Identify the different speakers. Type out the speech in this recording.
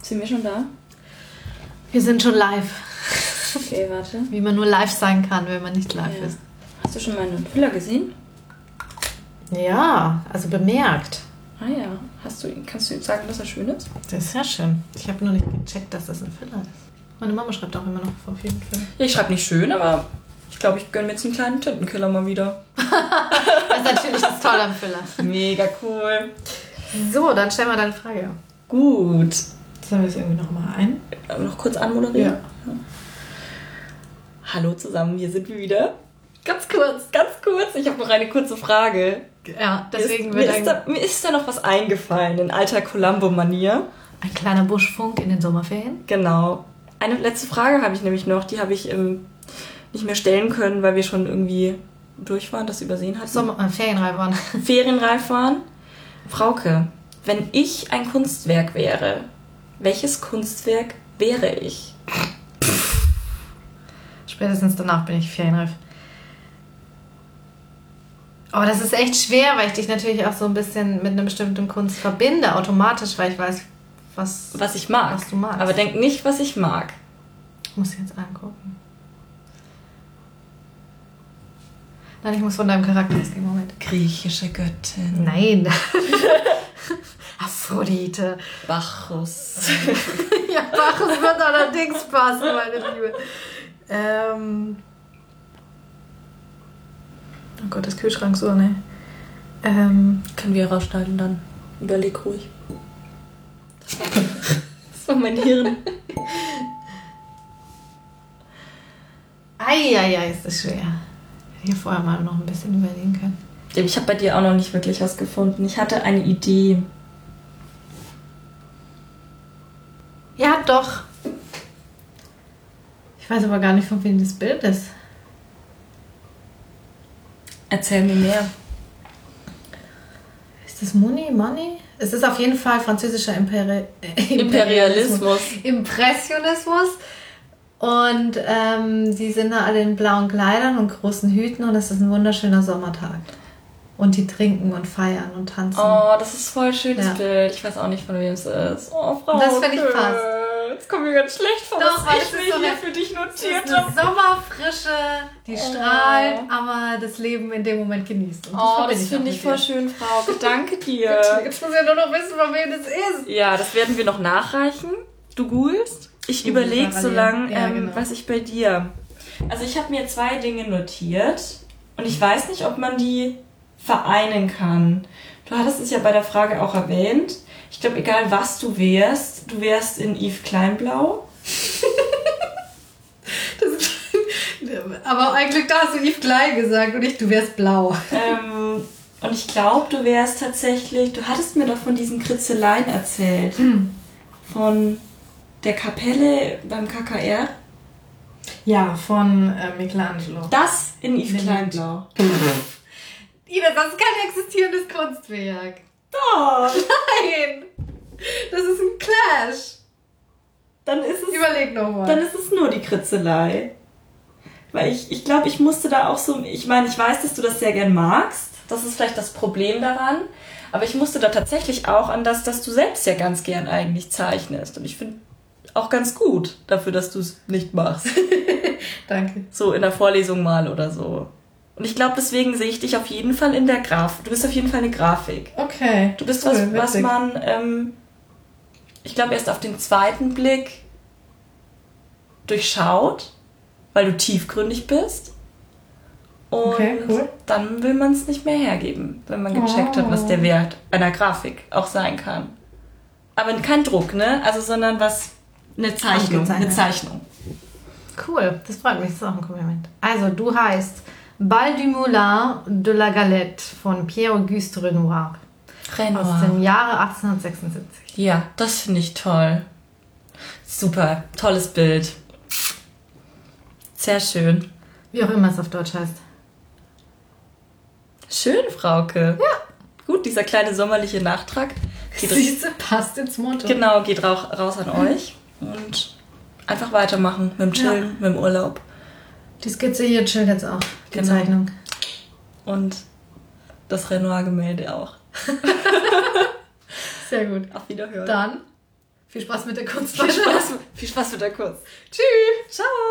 Speaker 1: Sind wir schon da?
Speaker 2: Wir sind schon live.
Speaker 1: Okay, warte.
Speaker 2: Wie man nur live sein kann, wenn man nicht live
Speaker 1: Ja.
Speaker 2: ist.
Speaker 1: Hast du schon meinen Füller gesehen?
Speaker 2: Ja, also bemerkt.
Speaker 1: Ah ja. Hast du ihn, kannst du ihm sagen, dass er schön ist?
Speaker 2: Das ist ja schön. Ich habe nur nicht gecheckt, dass das ein Filler ist. Meine Mama schreibt auch immer noch vor vielen Filler.
Speaker 1: Ja, ich schreibe nicht schön, aber ich glaube, ich gönne mir jetzt einen kleinen Tintenkiller mal wieder.
Speaker 2: Das ist natürlich das Tolle am Filler.
Speaker 1: Mega cool.
Speaker 2: So, dann stell mal deine Frage.
Speaker 1: Gut.
Speaker 2: Sollen wir es irgendwie nochmal ein?
Speaker 1: Äh, Noch kurz anmoderieren? Ja. Hallo zusammen, hier sind wir wieder. Ganz kurz, ganz kurz. Ich habe noch eine kurze Frage.
Speaker 2: Ja, deswegen
Speaker 1: mir
Speaker 2: wird
Speaker 1: ist, mir, ist
Speaker 2: ein,
Speaker 1: da, mir ist da noch was eingefallen in alter Columbo-Manier.
Speaker 2: ein kleiner Buschfunk in den Sommerferien.
Speaker 1: Genau. Eine letzte Frage habe ich nämlich noch, die habe ich ähm, nicht mehr stellen können, weil wir schon irgendwie durch waren, das übersehen hatten.
Speaker 2: Sommer, äh, Ferienreihe waren.
Speaker 1: Ferienreif waren. Frauke, wenn ich ein Kunstwerk wäre, welches Kunstwerk wäre ich?
Speaker 2: Spätestens danach bin ich ferienreif. Aber das ist echt schwer, weil ich dich natürlich auch so ein bisschen mit einer bestimmten Kunst verbinde, automatisch, weil ich weiß, was.
Speaker 1: Was ich mag.
Speaker 2: Was du magst.
Speaker 1: Aber denk nicht, was ich mag.
Speaker 2: Ich muss jetzt angucken. Nein, ich muss von deinem Charakter ausgehen. Moment.
Speaker 1: Griechische Göttin.
Speaker 2: Nein. Aphrodite.
Speaker 1: Bacchus.
Speaker 2: Ja, Bacchus wird allerdings passen, meine Liebe. Ähm. Oh Gott, das Kühlschrank so, ne? Ähm.
Speaker 1: Können wir rausschneiden dann. Überleg ruhig. das war mein Hirn.
Speaker 2: Eieiei, ist das schwer. Hätte ich vorher mal noch ein bisschen überlegen können.
Speaker 1: Ich habe bei dir auch noch nicht wirklich was gefunden. Ich hatte eine Idee.
Speaker 2: Ja, doch. Ich weiß aber gar nicht, von wem das Bild ist.
Speaker 1: Erzähl mir mehr.
Speaker 2: Ist das Money, Money? Es ist auf jeden Fall französischer Imperi äh,
Speaker 1: Imperialismus.
Speaker 2: Impressionismus. Und ähm, die sind da alle in blauen Kleidern und großen Hüten und es ist ein wunderschöner Sommertag. Und die trinken und feiern und tanzen.
Speaker 1: Oh, das ist voll schönes
Speaker 2: Ja.
Speaker 1: Bild. Ich weiß auch nicht, von wem es ist. Oh, Frau.
Speaker 2: Das finde ich
Speaker 1: Hauke.
Speaker 2: passt.
Speaker 1: Jetzt kommt mir ganz schlecht vor,
Speaker 2: Doch,
Speaker 1: was
Speaker 2: weil
Speaker 1: ich
Speaker 2: es ist
Speaker 1: mir
Speaker 2: so
Speaker 1: hier
Speaker 2: eine-
Speaker 1: für dich
Speaker 2: Es ist
Speaker 1: notiert Oh,
Speaker 2: eine
Speaker 1: habe.
Speaker 2: Sommerfrische,
Speaker 1: Oh.
Speaker 2: die strahlt, aber das Leben in dem Moment genießt. Und
Speaker 1: Oh,
Speaker 2: verbinde
Speaker 1: das
Speaker 2: auch
Speaker 1: finde ich
Speaker 2: mit
Speaker 1: voll
Speaker 2: dir.
Speaker 1: schön, Frau. Danke dir.
Speaker 2: Jetzt muss ich nur noch wissen, von wem das ist.
Speaker 1: Ja, das werden wir noch nachreichen. Du googelst. Ich
Speaker 2: Mhm,
Speaker 1: überlege so
Speaker 2: parallel.
Speaker 1: lange,
Speaker 2: Ja,
Speaker 1: ähm,
Speaker 2: genau.
Speaker 1: was ich bei dir. Also ich habe mir zwei Dinge notiert und ich weiß nicht, ob man die vereinen kann. Du hattest es ja bei der Frage auch erwähnt. Ich glaube, egal was du wärst, du wärst in Yves Kleinblau.
Speaker 2: Aber ein Glück, da hast du Yves Klein gesagt und ich, du wärst blau.
Speaker 1: ähm, und ich glaube, du wärst tatsächlich, du hattest mir doch von diesen Kritzeleien erzählt.
Speaker 2: Hm.
Speaker 1: Von der Kapelle beim KKR.
Speaker 2: Ja, von äh, Michelangelo.
Speaker 1: Das in Yves
Speaker 2: Nämlich.
Speaker 1: Kleinblau.
Speaker 2: Ida, das ist kein existierendes Kunstwerk.
Speaker 1: Oh,
Speaker 2: Nein! Das ist ein Clash.
Speaker 1: dann ist es,
Speaker 2: Überleg nochmal.
Speaker 1: dann ist es nur die Kritzelei. Weil ich, ich glaube, ich musste da auch so, ich meine, ich weiß, dass du das sehr gern magst. Das ist vielleicht das Problem daran. Aber ich musste da tatsächlich auch an das, dass du selbst ja ganz gern eigentlich zeichnest. Und ich finde auch ganz gut dafür, dass du es nicht machst.
Speaker 2: Danke.
Speaker 1: So in der Vorlesung mal oder so. Und ich glaube, deswegen sehe ich dich auf jeden Fall in der Grafik. Du bist auf jeden Fall eine Grafik.
Speaker 2: Okay.
Speaker 1: Du bist
Speaker 2: Cool,
Speaker 1: was, was
Speaker 2: witzig.
Speaker 1: man, ähm, ich glaube, erst auf den zweiten Blick durchschaut, weil du tiefgründig bist. Und
Speaker 2: Okay, cool.
Speaker 1: dann will man es nicht mehr hergeben, wenn man gecheckt hat, was
Speaker 2: Oh.
Speaker 1: der Wert einer Grafik auch sein kann. Aber kein Druck, ne? Also, sondern was. Eine Zeichnung. Eine
Speaker 2: Ausgezeichnet.
Speaker 1: Zeichnung.
Speaker 2: Cool, das freut mich. Das ist auch ein Kompliment. Also, du heißt Bal du Moulin de la Galette von Pierre-Auguste Renoir aus
Speaker 1: Renoir.
Speaker 2: dem Jahre 1876.
Speaker 1: Ah. Ja, das finde ich toll. Super, tolles Bild. Sehr schön.
Speaker 2: Wie auch immer es auf Deutsch heißt.
Speaker 1: Schön, Frauke. Ja. Gut, dieser kleine sommerliche Nachtrag. Geht,
Speaker 2: Siehste, passt ins Motto.
Speaker 1: genau, geht rauch, raus an euch. Und einfach weitermachen mit dem Chillen, mit dem Urlaub.
Speaker 2: Die Skizze hier chillt jetzt auch. Die
Speaker 1: Genau.
Speaker 2: Zeichnung.
Speaker 1: Und das Renoir-Gemälde auch.
Speaker 2: Sehr gut.
Speaker 1: Auf Wiederhören.
Speaker 2: Dann
Speaker 1: Viel Spaß mit der Kunst.
Speaker 2: Viel Spaß, viel Spaß mit der Kunst.
Speaker 1: Tschüss. Ciao.